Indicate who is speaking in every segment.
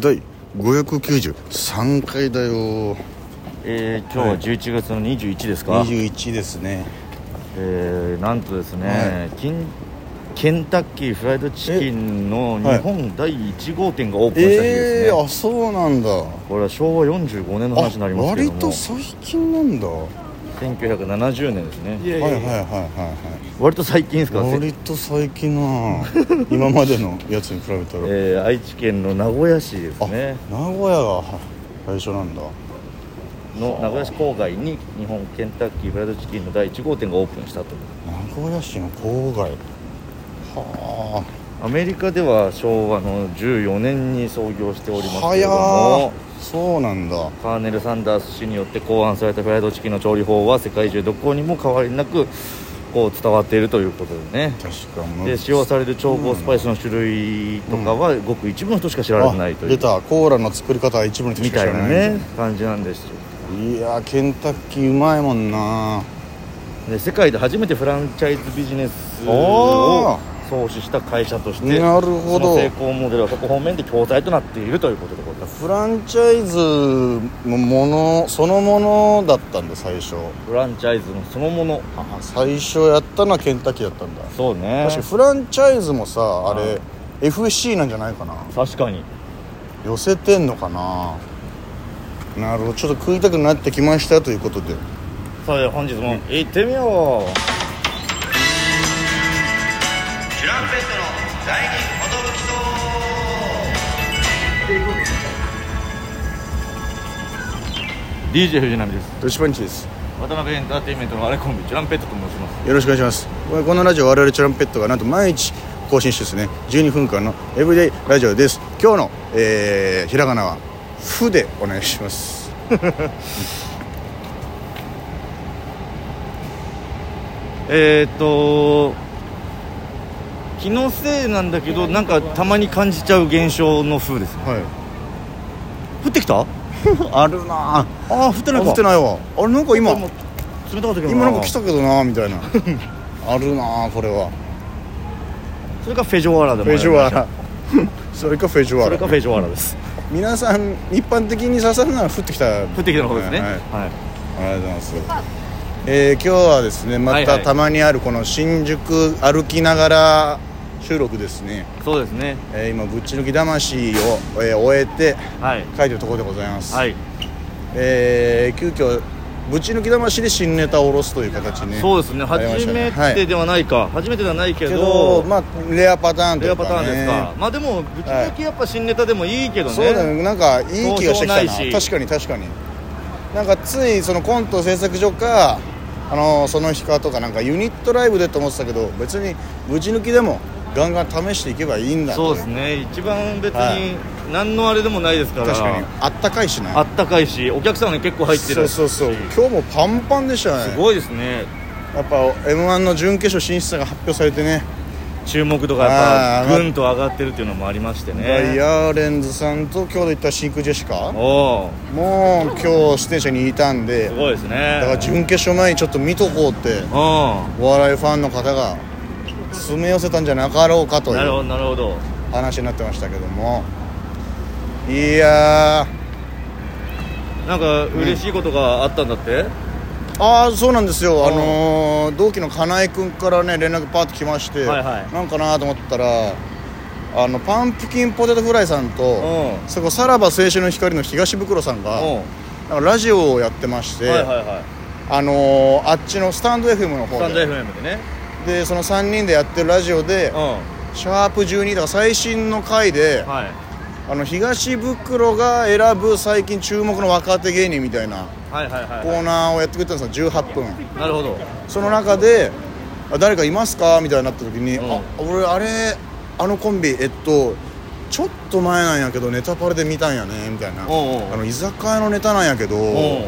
Speaker 1: 第593回だよ
Speaker 2: えー、今日は11月の21ですか、
Speaker 1: 21ですね
Speaker 2: えー、なんとですね、
Speaker 1: は
Speaker 2: キンケンタッキーフライドチキンの
Speaker 1: えはい
Speaker 2: 日本第1号店がオープンした日ですね
Speaker 1: え、ー、あそうなんだ
Speaker 2: これは昭和45年の話になりますけ
Speaker 1: 割
Speaker 2: ども
Speaker 1: と最近なんだ
Speaker 2: 1970年ですね
Speaker 1: はいはいはいはい
Speaker 2: 割と最近ですか
Speaker 1: はい
Speaker 2: ら
Speaker 1: 割と最近 な今までのやつに比べたら、
Speaker 2: えー愛知県の名古屋市です
Speaker 1: あ
Speaker 2: ね
Speaker 1: 名古屋が最初なんだ
Speaker 2: の名古屋市郊外に日本ケンタッキーフライドチキンの第1号店がオープンしたと
Speaker 1: 名古屋市の郊外は
Speaker 2: アメリカでは昭和の14年に創業しており
Speaker 1: あ
Speaker 2: ますけれ
Speaker 1: 早
Speaker 2: ども
Speaker 1: っそうなんだ
Speaker 2: カーネル・サンダース氏によって考案されたフライドチキンの調理法は世界中どこにも変わりなくこう伝わっているということでね
Speaker 1: 確かもう
Speaker 2: で使用される調合スパイスの種類とかはごく一部の人しか知られてない
Speaker 1: あ
Speaker 2: とい
Speaker 1: 出
Speaker 2: う
Speaker 1: たコーラの作り方は一部に
Speaker 2: みたいなね感じなんですよ
Speaker 1: いやーケンタッキーうまいもんな
Speaker 2: で世界で初めてフランチャイズビジネス
Speaker 1: お
Speaker 2: を
Speaker 1: ー
Speaker 2: 創始した会社として
Speaker 1: なるほど
Speaker 2: その成功モデルは各方面で教材となっているということでございます
Speaker 1: フランチャイズのものそのものだったんだ最初
Speaker 2: フランチャイズのそのもの
Speaker 1: 最初やったのはケンタッキーだったんだ
Speaker 2: そうね
Speaker 1: 確かフランチャイズもさあれ FC なんじゃないかな
Speaker 2: 確かに
Speaker 1: 寄せてんのかななるほどちょっと食いたくなってきましたということで
Speaker 2: それでは本日も行ってみよう、DJ 藤波です
Speaker 1: ドシパンチです
Speaker 2: 渡辺エンターテインメントのあれコンビチュランペットと申します
Speaker 1: よろしくお願いしますこのラジオ我々チュランペットがなんと毎日更新してですね12分間のエブリデイラジオです今日の、えー、ひらがなは「ふ」でお願いします
Speaker 2: えーっと気のせいなんだけどなんかたまに感じちゃう現象の風ですね
Speaker 1: はい
Speaker 2: 降ってきたあ
Speaker 1: あるなあ
Speaker 2: あ降ってない
Speaker 1: 降
Speaker 2: か
Speaker 1: ってないわあれなんか今
Speaker 2: でも冷たかったけど
Speaker 1: 今なんか来たけどなみたい なあるなあこれは
Speaker 2: それか フェジョワーラでも
Speaker 1: フ
Speaker 2: あ
Speaker 1: ェ
Speaker 2: り
Speaker 1: ジュワラ それかフェジュワ
Speaker 2: それか
Speaker 1: ラ
Speaker 2: フェジョワーラです
Speaker 1: 皆さん一般的に刺さるのは降ってきた
Speaker 2: 降ってきたの方ですね
Speaker 1: はいはい
Speaker 2: はい
Speaker 1: ありがとうございます。えー、今日はですねま
Speaker 2: はいは
Speaker 1: た
Speaker 2: い
Speaker 1: たまにあるこの新宿歩きながら収録ですね、
Speaker 2: そうですね
Speaker 1: えー今ぶっち抜き魂を、えー終えて
Speaker 2: はい
Speaker 1: 書いてるところでございます、
Speaker 2: はい
Speaker 1: えー急遽ぶっち抜き魂で新ネタを下ろすという形に
Speaker 2: そうですね
Speaker 1: なりまし
Speaker 2: 初
Speaker 1: たね
Speaker 2: め
Speaker 1: はい
Speaker 2: てではないか初めてではないけ
Speaker 1: けど
Speaker 2: ど
Speaker 1: まあレアパターンと
Speaker 2: レ
Speaker 1: い
Speaker 2: ア
Speaker 1: うか、
Speaker 2: パ
Speaker 1: ね、
Speaker 2: ターンですかまあでもぶっち抜きやっぱ新ネタでもいいけどね
Speaker 1: そうだねなんかいい気がしてきた
Speaker 2: 投票ない
Speaker 1: な
Speaker 2: し
Speaker 1: 確かに確かになんかついそのコント制作所かあのーその日かとかなんかユニットライブでと思ってたけど別にぶち抜きでもガンガン試していけばいいんだ
Speaker 2: そう
Speaker 1: と
Speaker 2: ですね一番別
Speaker 1: は
Speaker 2: に何のあれでもないですから
Speaker 1: 確かにあったかいしね
Speaker 2: あったかいしお客さんが結構入ってる
Speaker 1: そうそうそう今日もパンパンでした
Speaker 2: す
Speaker 1: ね
Speaker 2: ごいですね
Speaker 1: やっぱ m 1の準決勝進出が発表されてね
Speaker 2: 注目度がやっぱ
Speaker 1: あー
Speaker 2: ぐんと上がってるっていうのもありまして
Speaker 1: ダイ
Speaker 2: ね
Speaker 1: ヤーレンズさんと今日で行ったシークジェシカも
Speaker 2: おお
Speaker 1: う今日出演者にいたんです
Speaker 2: ごいですね
Speaker 1: だから準決勝前にちょっと見とこうって
Speaker 2: う
Speaker 1: お笑いファンの方が詰め寄せたんじゃなかろうかと
Speaker 2: んなるほ
Speaker 1: い
Speaker 2: ど
Speaker 1: う
Speaker 2: なるほど
Speaker 1: 話になってましたけどもいやー
Speaker 2: なんか嬉しいことがあったんだって、
Speaker 1: ああそうなんですよ、
Speaker 2: ん
Speaker 1: あのー同期の金井君からね連絡パーッと来まして、
Speaker 2: はいはい
Speaker 1: なんかなと思ったらあのパンプキンポテトフライさんと、
Speaker 2: うん
Speaker 1: そこさらば青春の光の東袋さんが、
Speaker 2: うん
Speaker 1: なんかラジオをやってまして、
Speaker 2: はいはいはい
Speaker 1: あのーあっちのスタンド FM の
Speaker 2: ス
Speaker 1: 方
Speaker 2: タンド
Speaker 1: で
Speaker 2: FM でね
Speaker 1: でその3人でやってるラジオで「
Speaker 2: うん
Speaker 1: シャープ #12」だから最新の回で、
Speaker 2: はい
Speaker 1: あの東袋が選ぶ最近注目の若手芸人みたいな
Speaker 2: はいはいはい
Speaker 1: コーナーをやってくれたんですよ18分
Speaker 2: なるほど
Speaker 1: その中で「あ誰かいますか?」みたいになった時に「
Speaker 2: うん
Speaker 1: あ俺あれあのコンビえっとちょっと前なんやけどネタパレで見たんやね」みたいな
Speaker 2: おうおう
Speaker 1: あの居酒屋のネタなんやけど
Speaker 2: うん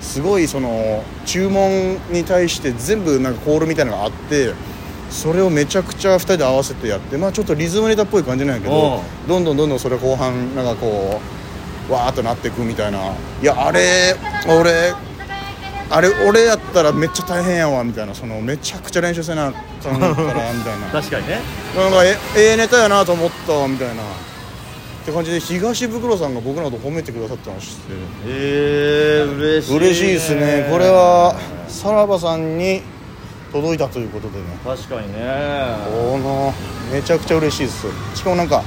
Speaker 1: すごいその注文に対して全部なんかコールみたいなのがあってそれをめちゃくちゃ2人で合わせてやってまあちょっとリズムネタっぽい感じなんやけど
Speaker 2: う
Speaker 1: どんどんどんどんそれ後半なんかこうわーっとなっていくみたいないやあれ俺あれ俺やったらめっちゃ大変やわみたいなそのめちゃくちゃ練習せなあ かんからみたいな
Speaker 2: 確かにね
Speaker 1: なんかえええネタやなと思ったわみたいなって感じで東袋さんが僕のこと褒めてくださったのを知って
Speaker 2: えー、嬉しいね
Speaker 1: 嬉しいですねこれはさらばさんに届いたということでね
Speaker 2: 確かにね
Speaker 1: このめちゃくちゃ嬉しいですしかもなんか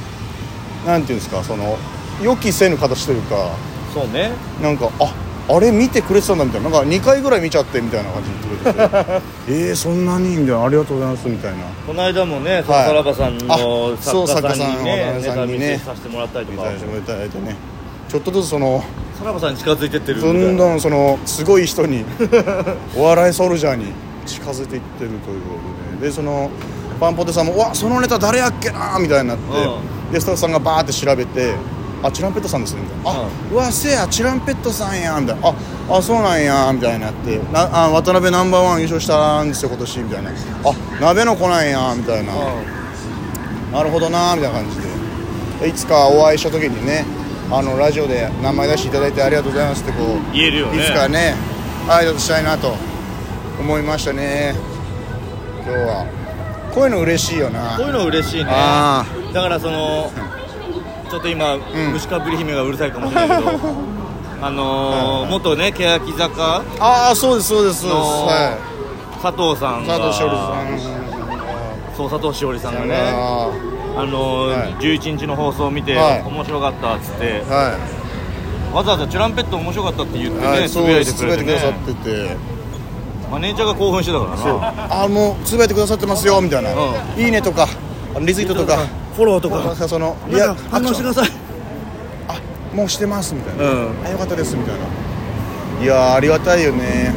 Speaker 1: なんていうんですかその予期せぬ形というか
Speaker 2: そうね
Speaker 1: なんかああれ見てくれてたんだみたいななんか2回ぐらい見ちゃってみたいな感じで言ってくれててえー、そんなにみたいなありがとうございますみたいな
Speaker 2: この間もね、
Speaker 1: はい
Speaker 2: さらばさんの
Speaker 1: あそう
Speaker 2: 作家さんにね
Speaker 1: 作家
Speaker 2: ネ
Speaker 1: さ
Speaker 2: タ
Speaker 1: んに
Speaker 2: 見
Speaker 1: ね
Speaker 2: せさせてもらったりと
Speaker 1: 見
Speaker 2: か
Speaker 1: たりしてもらえてねちょっとずつその
Speaker 2: さらばさんに近づいてってる
Speaker 1: どん
Speaker 2: ん
Speaker 1: どんそのすごい人に お笑いソルジャーに近づいていってるということででそのパンポテさんも「うわそのネタ誰やっけな」みたいになって、
Speaker 2: う
Speaker 1: でスタッフさんがバーって調べて「あチランペットさんですね」みたいな「あ、うわせやチランペットさんや」みたいな「ああそうなんや」みたいになって「なあ渡辺ナンバーワン優勝したんですよ今年」みたいな「あ鍋の子なんや」みたいな「なるほどな」みたいな感じででいつかお会いした時にねあのラジオで名前出していただいてありがとうございますってこう
Speaker 2: 言えるよね
Speaker 1: いつかね挨拶したいなと思いましたね今日はこういうの嬉しいよな
Speaker 2: こういうの嬉しいね
Speaker 1: あ
Speaker 2: だからそのちょっと今、虫かぶり姫がうるさいかもしれないけど あのー元ね欅坂
Speaker 1: ああそうですそうですそうです
Speaker 2: の
Speaker 1: は
Speaker 2: 佐藤さん
Speaker 1: い
Speaker 2: が
Speaker 1: 佐藤勝利さ
Speaker 2: そう佐藤しおりさんが
Speaker 1: ん
Speaker 2: ね
Speaker 1: あ
Speaker 2: あのー
Speaker 1: はい
Speaker 2: 11日の放送を見て、
Speaker 1: はい
Speaker 2: 面白かったっつって
Speaker 1: あは
Speaker 2: わざわざチュランペット面白かったって言って
Speaker 1: い、は
Speaker 2: ね、
Speaker 1: い、
Speaker 2: つ
Speaker 1: そう
Speaker 2: ぶや
Speaker 1: で
Speaker 2: いて
Speaker 1: す
Speaker 2: く
Speaker 1: つ
Speaker 2: れ
Speaker 1: ぶやい
Speaker 2: て
Speaker 1: てくださ
Speaker 2: ね
Speaker 1: ってて、
Speaker 2: マネージャーが興奮してたからな
Speaker 1: ああもうつぶやいてくださってますよみたいな、
Speaker 2: う
Speaker 1: いいねとかあのリツイートとか
Speaker 2: フォローと
Speaker 1: なんかそのい
Speaker 2: な
Speaker 1: や
Speaker 2: んか反応してください
Speaker 1: あもうしてますみたいな、
Speaker 2: うん
Speaker 1: あよかったですみたいないやーありがたいよね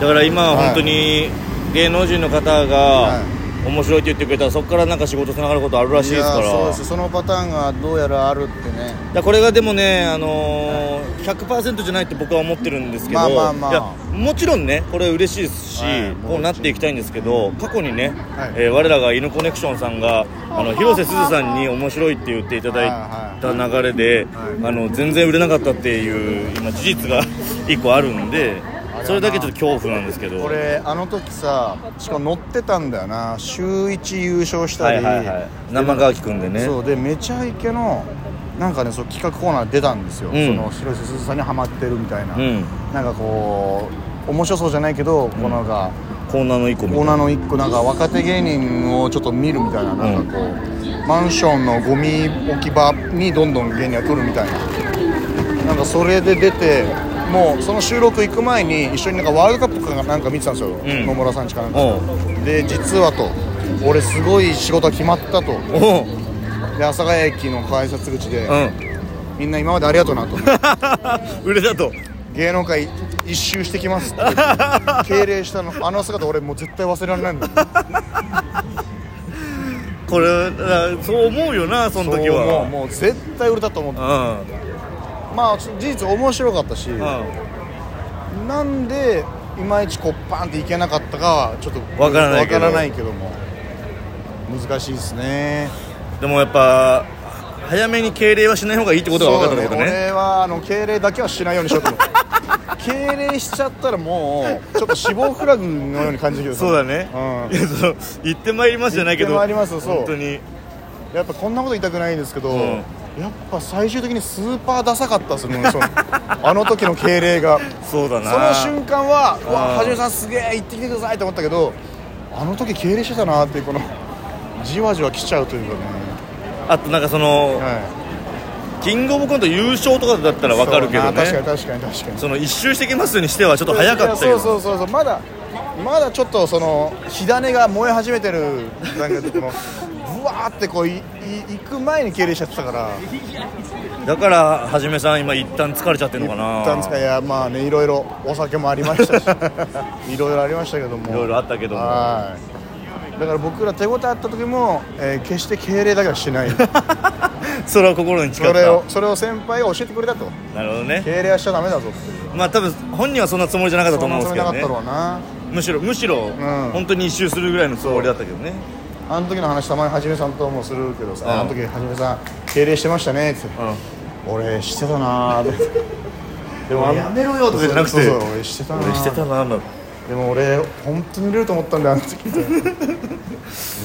Speaker 2: だから今は
Speaker 1: はい
Speaker 2: 本当に芸能人の方
Speaker 1: は
Speaker 2: が面白いって言ってくれたらそこからなんか仕事つながることあるらしいですから
Speaker 1: やーそうですそのパターンがどうやらあるってね
Speaker 2: いやこれがでもね、あのー、100%じゃないって僕は思ってるんですけど、
Speaker 1: まあまあまあ
Speaker 2: いやもちろんねこれ嬉しいですし、
Speaker 1: はい
Speaker 2: こうなっていきたいんですけど過去にね、
Speaker 1: い
Speaker 2: えー我らが犬コネクションさんがあの広瀬すずさんに面白いって言っていただいた流れで、あの全然売れなかったっていう今事実が 1個あるんでそれだけちょっと恐怖なんですけど
Speaker 1: これあの時さしかも乗ってたんだよな週1優勝した
Speaker 2: は
Speaker 1: り、
Speaker 2: いはいはい生乾きくんでね
Speaker 1: そうでめちゃイケのなんかねそう企画コーナー出たんですよ、
Speaker 2: うん
Speaker 1: その広瀬すずさんにハマってるみたいな、
Speaker 2: うん
Speaker 1: なんかこう面白そうじゃないけど、こうなんか
Speaker 2: コーナーの1個み
Speaker 1: コー
Speaker 2: たい
Speaker 1: ナー
Speaker 2: な
Speaker 1: の一個なんか若手芸人をちょっと見るみたいななんかこう、マンションのゴミ置き場にどんどん芸人が来るみたいななんかそれで出てもうその収録行く前に一緒になんかワールドカップかなんか見てたんですよ、
Speaker 2: ん
Speaker 1: 野村さんちかなんか
Speaker 2: おう
Speaker 1: で実はと俺すごい仕事が決まったとで
Speaker 2: おう
Speaker 1: 阿佐ヶ谷駅の改札口で、
Speaker 2: う
Speaker 1: みんな今までありがとうなと
Speaker 2: ん売れたと
Speaker 1: 芸能界一周してきますって敬礼したのあの姿俺もう絶対忘れられないんだ
Speaker 2: これあそう思うよなその時
Speaker 1: そう思う
Speaker 2: は
Speaker 1: もう絶対売れたと思ってまあ事実面白かったし、
Speaker 2: う
Speaker 1: なんでいまいちこうパンっていけなかったかはちょっと
Speaker 2: わからないけど
Speaker 1: わからないけども難しいですね
Speaker 2: ん、でもやっぱ早めに敬礼はしない方がいいってことが分かったってこと
Speaker 1: そうだ
Speaker 2: ね
Speaker 1: 俺はあの敬礼だけはしないようにしようと思う 敬礼しちゃったらもうちょっと死亡フラグのように感じるけど
Speaker 2: そうだね、
Speaker 1: うん
Speaker 2: いや その行ってまいりますじゃないけど
Speaker 1: 行ってまいりますそう
Speaker 2: 本当に
Speaker 1: やっぱこんなこと言いたくないんですけど、
Speaker 2: ん
Speaker 1: やっぱ最終的にスーパーダサかったですねそのあの時の敬礼が
Speaker 2: そうだな
Speaker 1: その瞬間は「う
Speaker 2: あー
Speaker 1: わはじめさんすげえ行ってきてください」と思ったけどあの時敬礼してたなっていうこの じわじわ来ちゃうというかね、
Speaker 2: あとなんかそ
Speaker 1: はい、
Speaker 2: の、キングオブコント優勝とかだったら分かるけど
Speaker 1: そうな確
Speaker 2: ね
Speaker 1: かに確かに確かに
Speaker 2: その一周してきますにしてはちょっと早かった
Speaker 1: い
Speaker 2: よ
Speaker 1: やそうそうそうそうまだまだちょっとその火種が燃え始めてるなんかこの ブワーってこういい行く前に敬礼しちゃってたから
Speaker 2: だからはじめさん今一旦疲れちゃってるのかな
Speaker 1: 行ったんですかいやまあねいろいろお酒もありま したしいろいろありましたけども
Speaker 2: いろいろあったけども
Speaker 1: はいだから僕ら手応えあった時も、えー決して敬礼だけはしない
Speaker 2: それは心に誓っ
Speaker 1: そ
Speaker 2: た
Speaker 1: れをそれを先輩が教えてくれたと
Speaker 2: なるほどね
Speaker 1: 敬礼はしちゃダメだぞっていう
Speaker 2: まあ多分本人はそんなつもりじゃなかったと
Speaker 1: そん
Speaker 2: 思う
Speaker 1: なん
Speaker 2: で
Speaker 1: そ
Speaker 2: す
Speaker 1: れ
Speaker 2: け
Speaker 1: なか
Speaker 2: ど
Speaker 1: ったろ
Speaker 2: ね
Speaker 1: うな、
Speaker 2: むしろむしろ、
Speaker 1: ん
Speaker 2: 本当に一周するぐらいのつもりだったけどね
Speaker 1: あの時の話たまにはじめさんともするけどさ、
Speaker 2: うん
Speaker 1: あの時はじめさん敬礼してましたねって言って、俺してたなーって でもあん
Speaker 2: やめろよとかじゃなくて
Speaker 1: そうそう俺してたなー
Speaker 2: 俺してたなあの
Speaker 1: でも俺本当に売れると思ったんだよあの時みたいなもう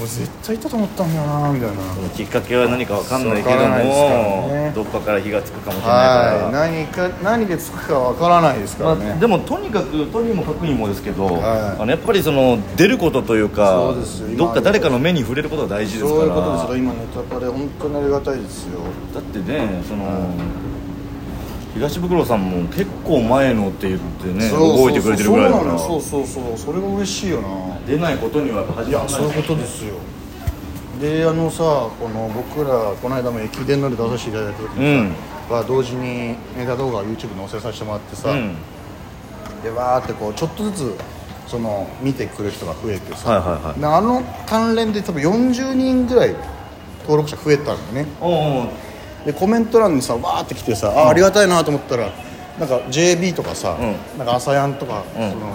Speaker 1: 絶対いたと思ったんだよなみたいな
Speaker 2: そのきっかけは何かわかんないけど
Speaker 1: そうわからないです
Speaker 2: も、
Speaker 1: からね
Speaker 2: どっかから火がつくかもしれないから
Speaker 1: はい、何か何でつくかわからないですか
Speaker 2: ま
Speaker 1: ら
Speaker 2: あ、
Speaker 1: ね、
Speaker 2: でもとにかくとにもかくにもですけど、
Speaker 1: はい
Speaker 2: あのやっぱりその出ることというか
Speaker 1: そうです今
Speaker 2: どっか誰かの目に触れることが大事です
Speaker 1: そ
Speaker 2: から
Speaker 1: ういうことですよ今ネタパレ本当にありがたいですよ
Speaker 2: だってねその、東袋さんも結構前のって言ってね動いてくれてるぐらいだから
Speaker 1: そうそうそうそうそうそれが嬉しいよな
Speaker 2: 出ないことにはやっぱ
Speaker 1: い
Speaker 2: 始ま
Speaker 1: や
Speaker 2: らない
Speaker 1: そういうことですよであのさこの僕らこの間も駅伝ので出させていただいた時
Speaker 2: う
Speaker 1: に
Speaker 2: ん
Speaker 1: さ、は同時にネタ動画を YouTube に載せさせてもらってさ、
Speaker 2: うん
Speaker 1: でわーってこうちょっとずつその見てくる人が増えてさ、
Speaker 2: はいはいはい
Speaker 1: であの関連で多分40人ぐらい登録者増えたんだよね
Speaker 2: おうおう
Speaker 1: でコメント欄にさわーって来てさあーありがたいなと思ったらなんか JB とかさ、
Speaker 2: う
Speaker 1: なんか朝やんとか、
Speaker 2: うん
Speaker 1: その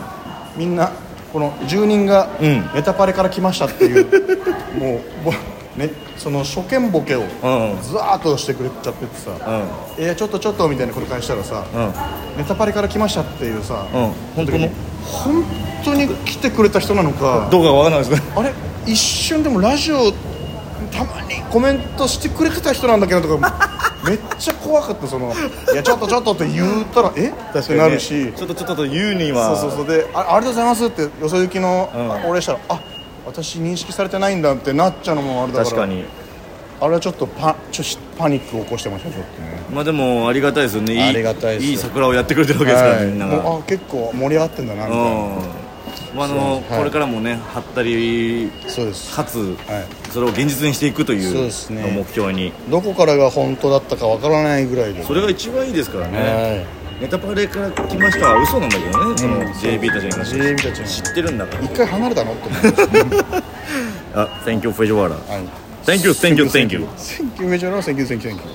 Speaker 1: みんなこの住人が
Speaker 2: うん
Speaker 1: ネタパレから来ましたっていう、 もうぼ、ね、その初見ボケを
Speaker 2: うん
Speaker 1: ずわーっとしてくれちゃっててさ
Speaker 2: うん
Speaker 1: 「えー、ちょっとちょっと」みたいな繰り返したらさ、
Speaker 2: うん
Speaker 1: ネタパレから来ましたっていうさ、
Speaker 2: うん本当の
Speaker 1: 本当に来てくれた人なのか
Speaker 2: どうかわからないですね
Speaker 1: あれ一瞬でもラジオたまにコメントしてくれてた人なんだけどと かめっちゃ怖かったその「いやちょっとちょっと」って言った ら「えっ?」ってなるし
Speaker 2: ちょっとちょっとと言うには
Speaker 1: そうそうそうであ「ありがとうございます」ってよそ行きの
Speaker 2: うん
Speaker 1: あ俺したら「あ私認識されてないんだ」ってなっちゃうのもあれだから
Speaker 2: 確かに
Speaker 1: あれはちょっとパちょっとパニックを起こしてましたちょっとね
Speaker 2: まあでもありがたいですよねいい
Speaker 1: ありがたいです
Speaker 2: いい桜をやってくれてるわけですから、
Speaker 1: はい
Speaker 2: みんなが
Speaker 1: もうあ結構盛り上がってんだなみたいな
Speaker 2: うんまああ
Speaker 1: そう
Speaker 2: の
Speaker 1: ですはい
Speaker 2: これからもね貼ったり
Speaker 1: そうです
Speaker 2: かつ
Speaker 1: はい
Speaker 2: それを現実にしていくとい
Speaker 1: そう
Speaker 2: う
Speaker 1: ですね
Speaker 2: のを目標に
Speaker 1: どこからが本当だったかわからないぐらいで
Speaker 2: それが一番いいですからね
Speaker 1: はい
Speaker 2: ネタパレから来ましたは嘘なんだけどねその JB たちに関して
Speaker 1: JB たちに
Speaker 2: 知ってるんだから
Speaker 1: 一回離れたの って思いました
Speaker 2: あ Thank you Fujiwara
Speaker 1: はい
Speaker 2: Thank you Thank you Thank you
Speaker 1: 選挙メジャーの選挙選挙選挙